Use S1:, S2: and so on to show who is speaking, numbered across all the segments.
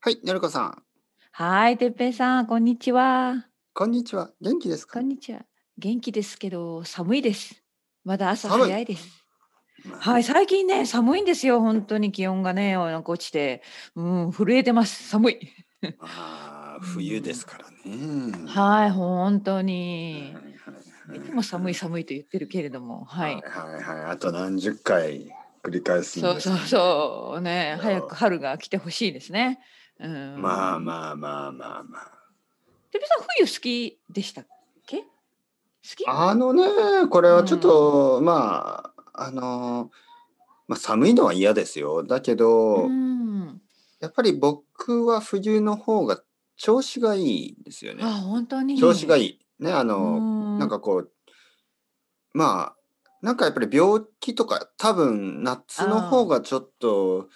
S1: はい、のりこさん。
S2: はい、てっぺいさん、こんにちは。
S1: こんにちは。元気ですか
S2: こんにちは。元気ですけど、寒いです。まだ朝早いです。はい、最近ね、寒いんですよ。本当に気温がね、なんか落ちて、うん、震えてます。寒い。
S1: ああ、冬ですからね。
S2: はい、本当に。いつも寒い寒いと言ってるけれども、はい。
S1: はいはいはい、あと何十回繰り返す、
S2: ね、そうそうそうね、早く春が来てほしいですね。
S1: うん、まあまあまあまあまあ。
S2: てびさん、冬好きでしたっけ。好き。
S1: あのね、これはちょっと、うん、まあ、あの。まあ、寒いのは嫌ですよ。だけど。うん、やっぱり僕は冬の方が調子がいいですよね。
S2: あ、本当に。
S1: 調子がいい。ね、あの、なんかこう。まあ。なんかやっぱり病気とか多分夏の方がちょっと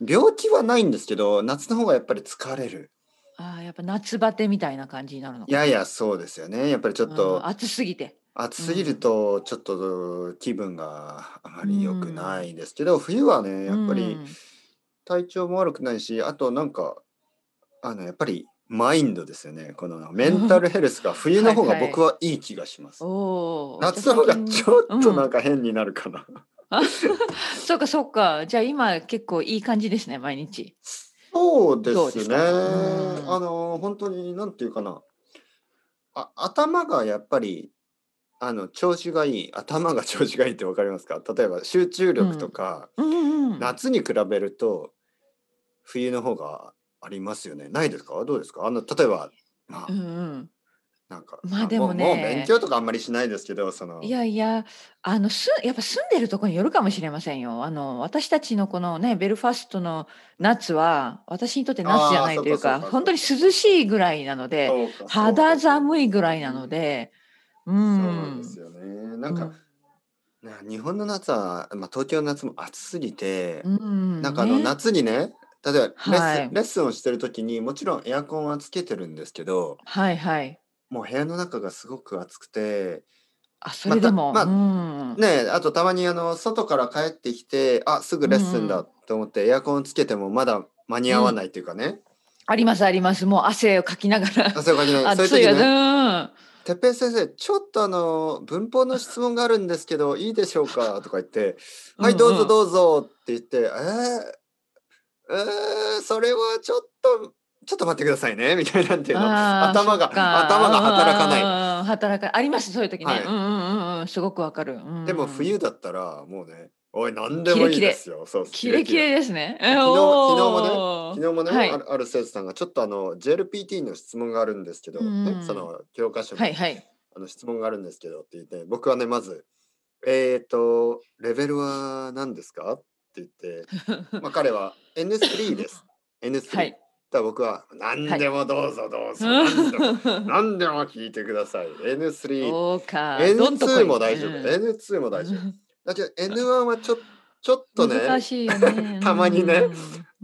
S1: 病気はないんですけど夏の方がやっぱり疲れる
S2: あやっぱ夏バテみたいな感じになるの
S1: いやいやそうですよねやっぱりちょっと、
S2: うん、暑すぎて
S1: 暑すぎるとちょっと気分があまり良くないですけど、うん、冬はねやっぱり体調も悪くないし、うん、あとなんかあのやっぱりマインドですよね。このメンタルヘルスが冬の方が僕はいい気がします。はいはい、夏の方がちょっとなんか変になるかな。
S2: うん、そうかそうか。じゃあ今結構いい感じですね毎日。
S1: そうですね。あの本当になんていうかな。あ頭がやっぱりあの調子がいい頭が調子がいいってわかりますか。例えば集中力とか、夏に比べると冬の方がありますよね。ないですか。どうですか。あの例えば、まあ、うん、なんか、
S2: まあでもね
S1: もう、もう勉強とかあんまりしないですけど、その。
S2: いやいや、あのすやっぱ住んでるとこによるかもしれませんよ。あの私たちのこのねベルファストの夏は私にとって夏じゃないというか、本当に涼しいぐらいなので、肌寒いぐらいなので、
S1: うん。そうですよね。なんか。うん日本の夏は、まあ、東京の夏も暑すぎて、うん、なんかあの夏にね例えばレッ,はい、レッスンをしてる時にもちろんエアコンはつけてるんですけど、
S2: はいはい、
S1: もう部屋の中がすごく暑くて
S2: あそれでも、
S1: まあ、まあ、ねあとたまにあの外から帰ってきてあすぐレッスンだと思ってエアコンつけてもまだ間に合わないというかね、うん、
S2: ありますありますもう汗をかきなが ら。
S1: 汗をかきながらそういう時ね哲平先生ちょっとあの文法の質問があるんですけどいいでしょうかとか言って「はいどうぞどうぞ」って言って「うんうん、えー、えー、それはちょっと、ちょっと待ってくださいね、みたいなんていうの。頭が、頭が働かない
S2: 働かあります、そういう時ね。はい、うんうんうん、すごくわかる。うんうん、
S1: でも冬だったら、もうね、おい、何でもいいですよ。
S2: キレキレですね。
S1: 昨日昨日もね、昨日もね、はい、ある生徒さんが、ちょっとあの、JLPT の質問があるんですけど、ね、その教科書に、はいはい、あの質問があるんですけどって言って、僕はね、まず、えっ、ー、と、レベルは何ですかって言って、 まあ、彼は、N3 です。N3。はい、だ僕は何でもどうぞどうぞ、はい、 何でも聞いてください。N3。N2 も大丈夫。N2 も大丈夫。だけど N1 はちょちょっとね、
S2: ね
S1: たまにね。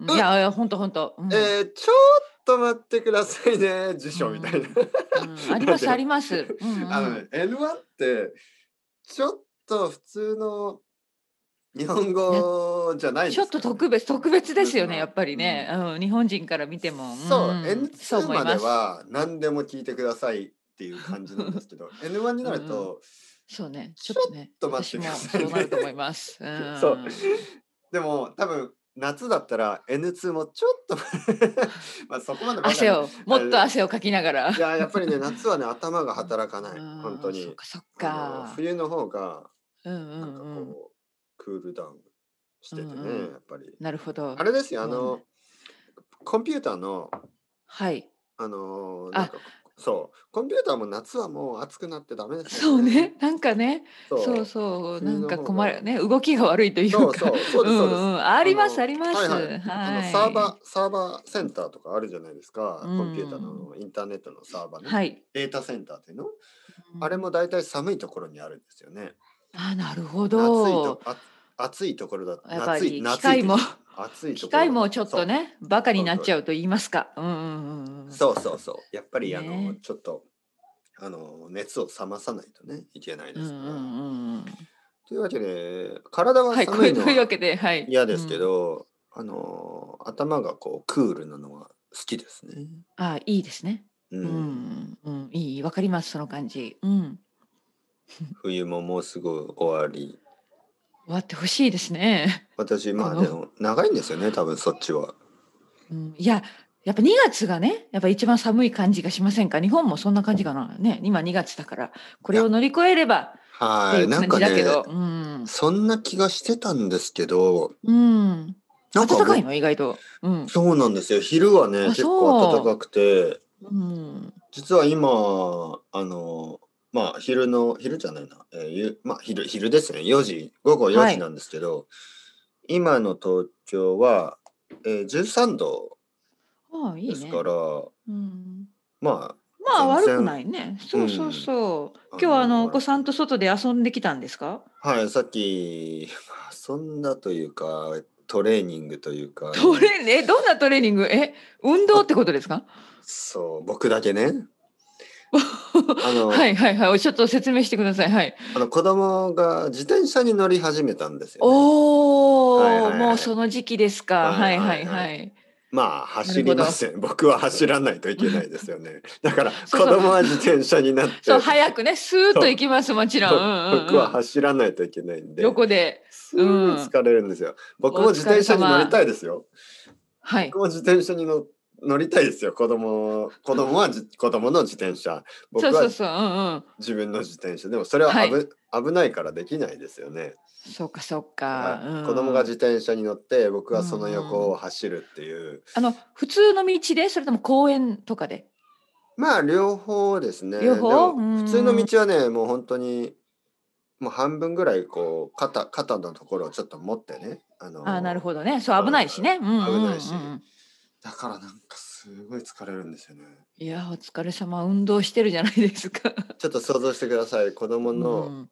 S2: いやいや、ほんとほんと。
S1: うん、えー、ちょっと待ってくださいね、辞書みたいな。
S2: ありますあります。うんうん、
S1: あの、ね、N1 ってちょっと普通の日本語じゃない、ね、
S2: ちょっと特別特別ですよねやっぱりね、うん、日本人から見ても、
S1: そう、うん、N2 までは何でも聞いてくださいっていう感じなんです けど N1 になると、
S2: そうねちょっとね
S1: ちょっと待ってください、ね、
S2: そうなると思います、う ん、
S1: そうでも多分夏だったら N2 もちょっと まあそこまで
S2: 汗をもっと汗をかきながら
S1: いややっぱりね夏はね頭が働かない本当に
S2: そっかそっか
S1: 冬の方がなんかこう、うんうんうんクールダウンしててね、うんうん、やっぱり。
S2: なるほど。
S1: あれですよ、あの、うん、コンピューターの、
S2: はい。
S1: あの、なんかそう、コンピューターも夏はもう暑くなってダメです
S2: よね。そうね、なんかね、そうそうなんか困るね、動きが悪いという
S1: か。そうそう、そうです、そうです。
S2: あります、あります。はい
S1: あのサーバー、サーバーセンターとかあるじゃないですか、コンピューターのインターネットのサーバーね、はい、データセンターっていうの、あれも大体寒いところにあるんですよね。
S2: あなるほど。
S1: 暑いところだ
S2: やっぱり機械も機械もちょっとねバカになっちゃうと言いますか。
S1: そうそうそうやっぱり、あのちょっとあの熱を冷まさないとねいけないですから。というわけで体は寒いのは嫌ですけど、あの頭がこうクールなのはきですね。
S2: あいいですね。
S1: う、
S2: うんん、うん、いい、わかります、その感じ。うん。
S1: 冬ももうすぐ終わり。
S2: 終わってほしいですね。
S1: 私ま
S2: あ
S1: あ
S2: の
S1: でも長いんですよね多分そっちは。
S2: うん、いや、やっぱ2月がね、やっぱ一番寒い感じがしませんか。日本もそんな感じかな。ね、今2月だから、これを乗り越えればって
S1: はいいうなん
S2: 感
S1: か
S2: じだ
S1: ね
S2: けど。うん。
S1: そんな気がしてたんですけど
S2: うん。
S1: なんか
S2: 暖かいの、意外と。うん。
S1: そうなんですよ昼はね
S2: あ
S1: 結
S2: そ
S1: 構
S2: う
S1: 暖かくて
S2: うん。
S1: 実は今あのまあ昼の昼じゃないな、えーゆまあ昼昼ですね4時午後
S2: は
S1: 4
S2: い
S1: 時なんですけど、今の東京は、えー、13度
S2: ああ、いい
S1: です
S2: ね。
S1: から
S2: うん。
S1: ま
S2: まあ
S1: 全
S2: 悪
S1: 然
S2: くないね。そうそうそう。
S1: うん
S2: 今日はあ
S1: あ
S2: の
S1: の
S2: お子さんと外で遊んできたんですか。
S1: あはいさっきまあそんなというかトレーニングというか
S2: トレーえどんなトレーニング え運動ってことですか。
S1: そう僕だけ ねあの、
S2: はいはいはい。ちょっと説明してください。はい。
S1: あの子供が自転車に乗り始めたんですよ、ね、
S2: おお、
S1: はいはいはい
S2: もうその時期ですか。は
S1: はいい
S2: は
S1: はいい
S2: は
S1: はい
S2: い。
S1: まあ走りません僕は走らないといけないですよ ねだから子
S2: そうそう
S1: 供は自転車になって
S2: そう早くねスーッと行きますもちろん。うんうんうん
S1: 僕は走らないといけないんで
S2: 横で。
S1: すごい疲れるんですよ、僕も自転車に乗りたいですよ
S2: はい
S1: 僕。も自転車にの乗りたいですよ子供子供はじ子供の自転車僕
S2: そうそ
S1: は
S2: うそう。うんうん。
S1: 自分の自転車でもそれは危,、
S2: はい
S1: 危ないからできないですよね、
S2: そうかそうか。うん
S1: 子供が自転車に乗って僕はその横を走るっていう、
S2: あの普通の道でそれとも公園とかで。
S1: まあ両方ですね。
S2: 両方
S1: でも
S2: うん
S1: 普通の道はね、もう本当にもう半分ぐらいこう肩肩のところをちょっと持ってね、あの
S2: あーなるほどね。そう危ないしね。うんうんうんう
S1: 危
S2: ん
S1: ないしだからなんかすごい疲れるんですよね。
S2: いやお疲れ様運動してるじゃないですか。
S1: ちょっと想像してください。子供
S2: う
S1: の、
S2: んうん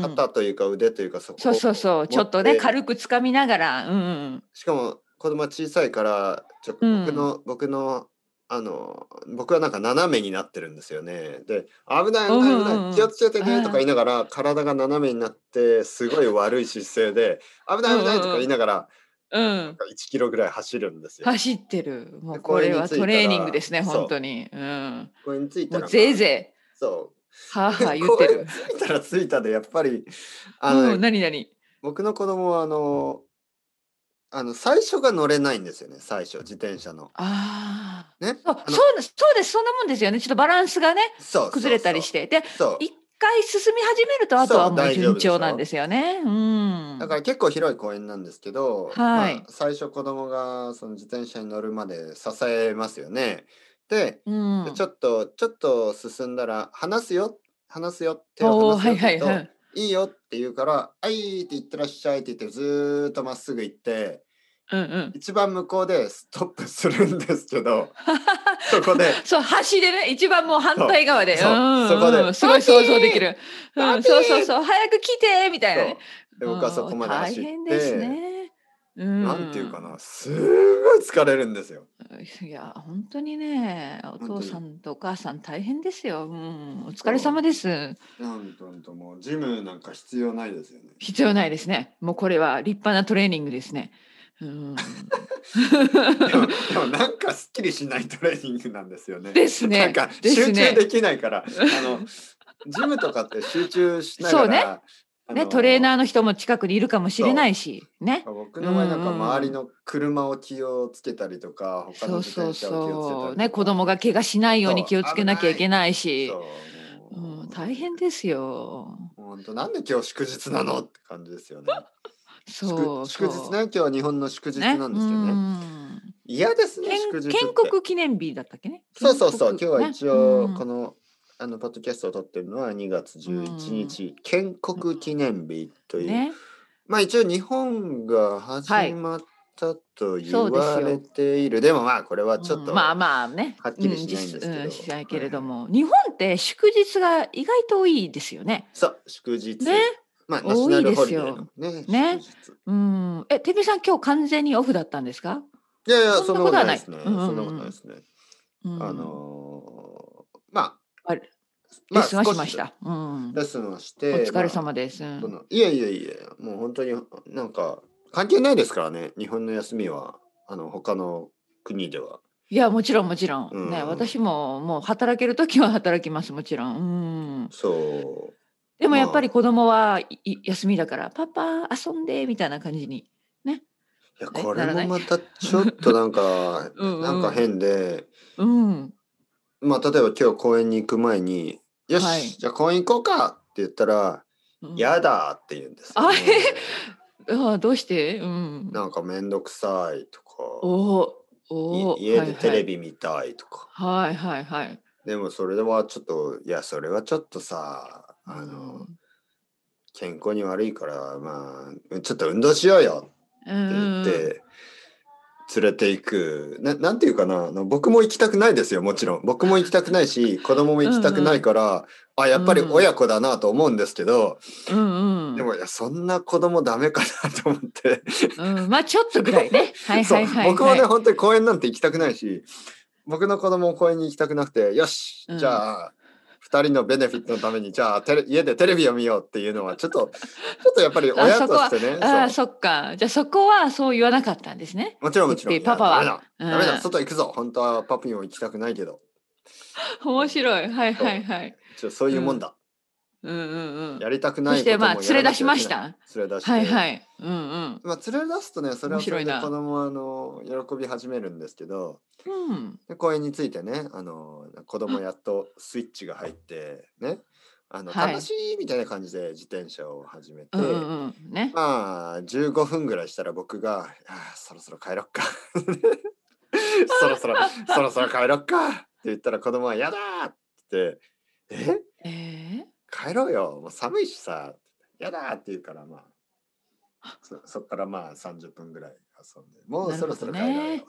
S1: まあ、肩というか腕というかそこを
S2: そうそうそうちょっとね
S1: 持て
S2: 軽く掴みながら、うんうん、
S1: しかも子供は小さいからちょ
S2: うん
S1: 僕の、僕のあの僕はなんか斜めになってるんですよね。で「危ない危ない危
S2: うんうんう
S1: なんい気をつけてね」とか言いながら体が斜めになってすごい悪い姿勢で「危ない危ない」とか言いながら
S2: うん、
S1: 1キロぐらい走るんですよ。
S2: 走ってるもう
S1: で
S2: これ
S1: これ
S2: は
S1: についた
S2: ト
S1: ら
S2: レーニングですね
S1: そう
S2: 本当に、うん、
S1: これについ
S2: も
S1: たら、
S2: うぜいぜ
S1: い。そ
S2: いはあ
S1: う。
S2: はあ言ってる
S1: こ。れについたらついたでやっぱりあのね、
S2: うん、何何
S1: 僕の子供はあのあの最初が乗れないんですよね最初自転車の。
S2: ああ
S1: ね。
S2: そう
S1: あの
S2: そうですそうですそんなもんですよねちょっとバランスがね
S1: そうそう。
S2: 崩れたりしててで
S1: そう
S2: 一回進み始めるとあとはも
S1: そう
S2: う
S1: 大丈夫
S2: 順
S1: でしょ
S2: 調なんですよね。うん、
S1: だから結構広い公園なんですけど、
S2: はい
S1: まあ最初子供がその自転車に乗るまで支えますよね。で、
S2: うん、
S1: ちょっとちょっと進んだら離すよ離すよ手
S2: お
S1: を
S2: ーは
S1: 離
S2: い
S1: すよって
S2: はい
S1: 言うと、
S2: はい。
S1: いいよって言うから「はい」って言ってらっしゃいって言ってずーっとまっすぐ行って
S2: うんうん。
S1: 一番向こうでストップするんですけ どそこで
S2: そう端でね一番もう反対側で
S1: そう
S2: うん
S1: そこで
S2: うんすごい
S1: パピー
S2: 想像できる、う
S1: パ
S2: ん、
S1: ピー
S2: そうそうそう早く来てみたいなね
S1: そうで僕はそこまで走っ
S2: うん大変です
S1: て、
S2: ね
S1: なんていうか
S2: う
S1: なすごい疲れるんですよ。
S2: んいや本当にねお
S1: 当に
S2: 父さんとお母さん大変ですよ、うん、お疲れ様です
S1: なんとなんともうジムなんか必要ないですよね。
S2: 必要ないですねもうこれは立派なトレーニングですねうん
S1: でもでもなんかすっきりしないトレーニングなんですよね。
S2: ですね
S1: なんか
S2: で
S1: 集
S2: す
S1: 中
S2: ね
S1: できないから、あのジムとかって集中しながら
S2: そうね
S1: あの
S2: ねトレーナーの人も近くにいるかもしれないしね
S1: 僕の場合なんか
S2: うんうんうん
S1: 周りの車を気をつけたりとか他の
S2: そう
S1: 自転
S2: そう
S1: 車を気をつけたりと
S2: そ
S1: か
S2: うね子供が怪我しないように
S1: そう
S2: 気をつけなきゃいけないし
S1: そうもう
S2: うん、大変ですよ。
S1: 本当なんで今日祝日なのって感じですよね
S2: そ
S1: 祝
S2: うそう
S1: 祝日ね今日は日本の祝日なんですけどね
S2: うん
S1: 嫌ですね
S2: 建
S1: 祝日って
S2: 建国記念日だったっけね。
S1: そうそうそう今日
S2: 建国
S1: は一応
S2: ねうん
S1: この、あのポッドキャストを撮ってるのは2月11日、
S2: う
S1: 建国記念日という、
S2: ね、
S1: まあ一応日本が始まったと言
S2: そうですよ
S1: われている、でもまあこれはちょっと、
S2: うんまあまあね、
S1: はっきりしないんですけど
S2: うん実うんしないけれども、日本って祝日が意外と多いですよね。
S1: そう祝日、
S2: ね
S1: まあナシ
S2: 多
S1: ョナ
S2: いで
S1: ルホ
S2: す
S1: リデー
S2: よ
S1: のね
S2: ね
S1: 祝日
S2: うん、え、てみさん今日完全にオフだったんですか？
S1: いやいや
S2: そ
S1: そ
S2: ん
S1: ん
S2: な
S1: な
S2: こ
S1: ことと
S2: は
S1: なですね、
S2: ないいうんうん
S1: そんなことないですね、
S2: うん、
S1: あのーまあ
S2: あれレッスンはしました。うん、
S1: レッスンはし
S2: お
S1: て
S2: 疲れ
S1: まあ
S2: 様です。うん
S1: そのいやいやいやもう本当になんか関係ないですからね日本の休みはあの他の国では
S2: いやもちろんもちろん、うん、ね私ももう働ける時は働きますもちろん、うん、
S1: そう
S2: でもやっぱり子供は、休みだから「パパ遊んで」みたいな感じにね
S1: いやこれもまたちょっとなんか うなんか変で、
S2: うん、
S1: まあ例えば今日公園に行く前に「よし、はい、じゃあ公園行こうか」って言ったら「うん、やだ」って言うんです、ね、
S2: あれあどうして、うん、
S1: なんか面倒くさいとか
S2: おお
S1: 家でテレビ見たいとか、
S2: はいはい、はいはいはい
S1: でもそれはちょっといやそれはちょっとさあの、うん、健康に悪いからまあちょっと運動しようよって言って、連れていくななんていうかな僕も行きたくないですよもちろん僕も行きたくない し子供も行きたくないから、うん、あやっぱり親子だなと思うんですけ
S2: ど、うんうん、
S1: でもいやそんな子供ダメかなと思って、
S2: うん、まあちょっとぐら いね、はいはいはい、
S1: 僕もね本当に公園なんて行きたくないし僕の子供も公園に行きたくなくてよしじゃあ、2人のベネフィットのためにじゃあテレ家でテレビを見ようっていうのはちょっとちょっとやっぱり親としてね
S2: あそっかじゃあそこはそう言わなかったんですね
S1: もちろんもちろん
S2: パパはダ
S1: メだ,、ダメだ外行くぞ本当はパピンを行きたくないけど
S2: 面白いはいはいはい
S1: そうそういうもんだ、
S2: うん、うんうんうん
S1: やりたくない
S2: そしてまあ連れ出しました
S1: 連れ出して
S2: はいはいうんうん
S1: まあ連れ出すとねそれはそれで子供はあの喜び始めるんですけど
S2: うん、
S1: で公園についてねあの子供やっとスイッチが入ってねあの、はい、楽しいみたいな感じで自転車を始めて、
S2: うんうんね、
S1: まあ15分ぐらいしたら僕が「あそろそろ帰ろっかそろそろそろそろ帰ろっか」って言ったら子供は「やだ!」って言って
S2: 「ええ
S1: ー、帰ろうよもう寒いしさやだ!」って言うからまあそこからまあ30分ぐらい遊んで「もうそろそろ帰ろうよ」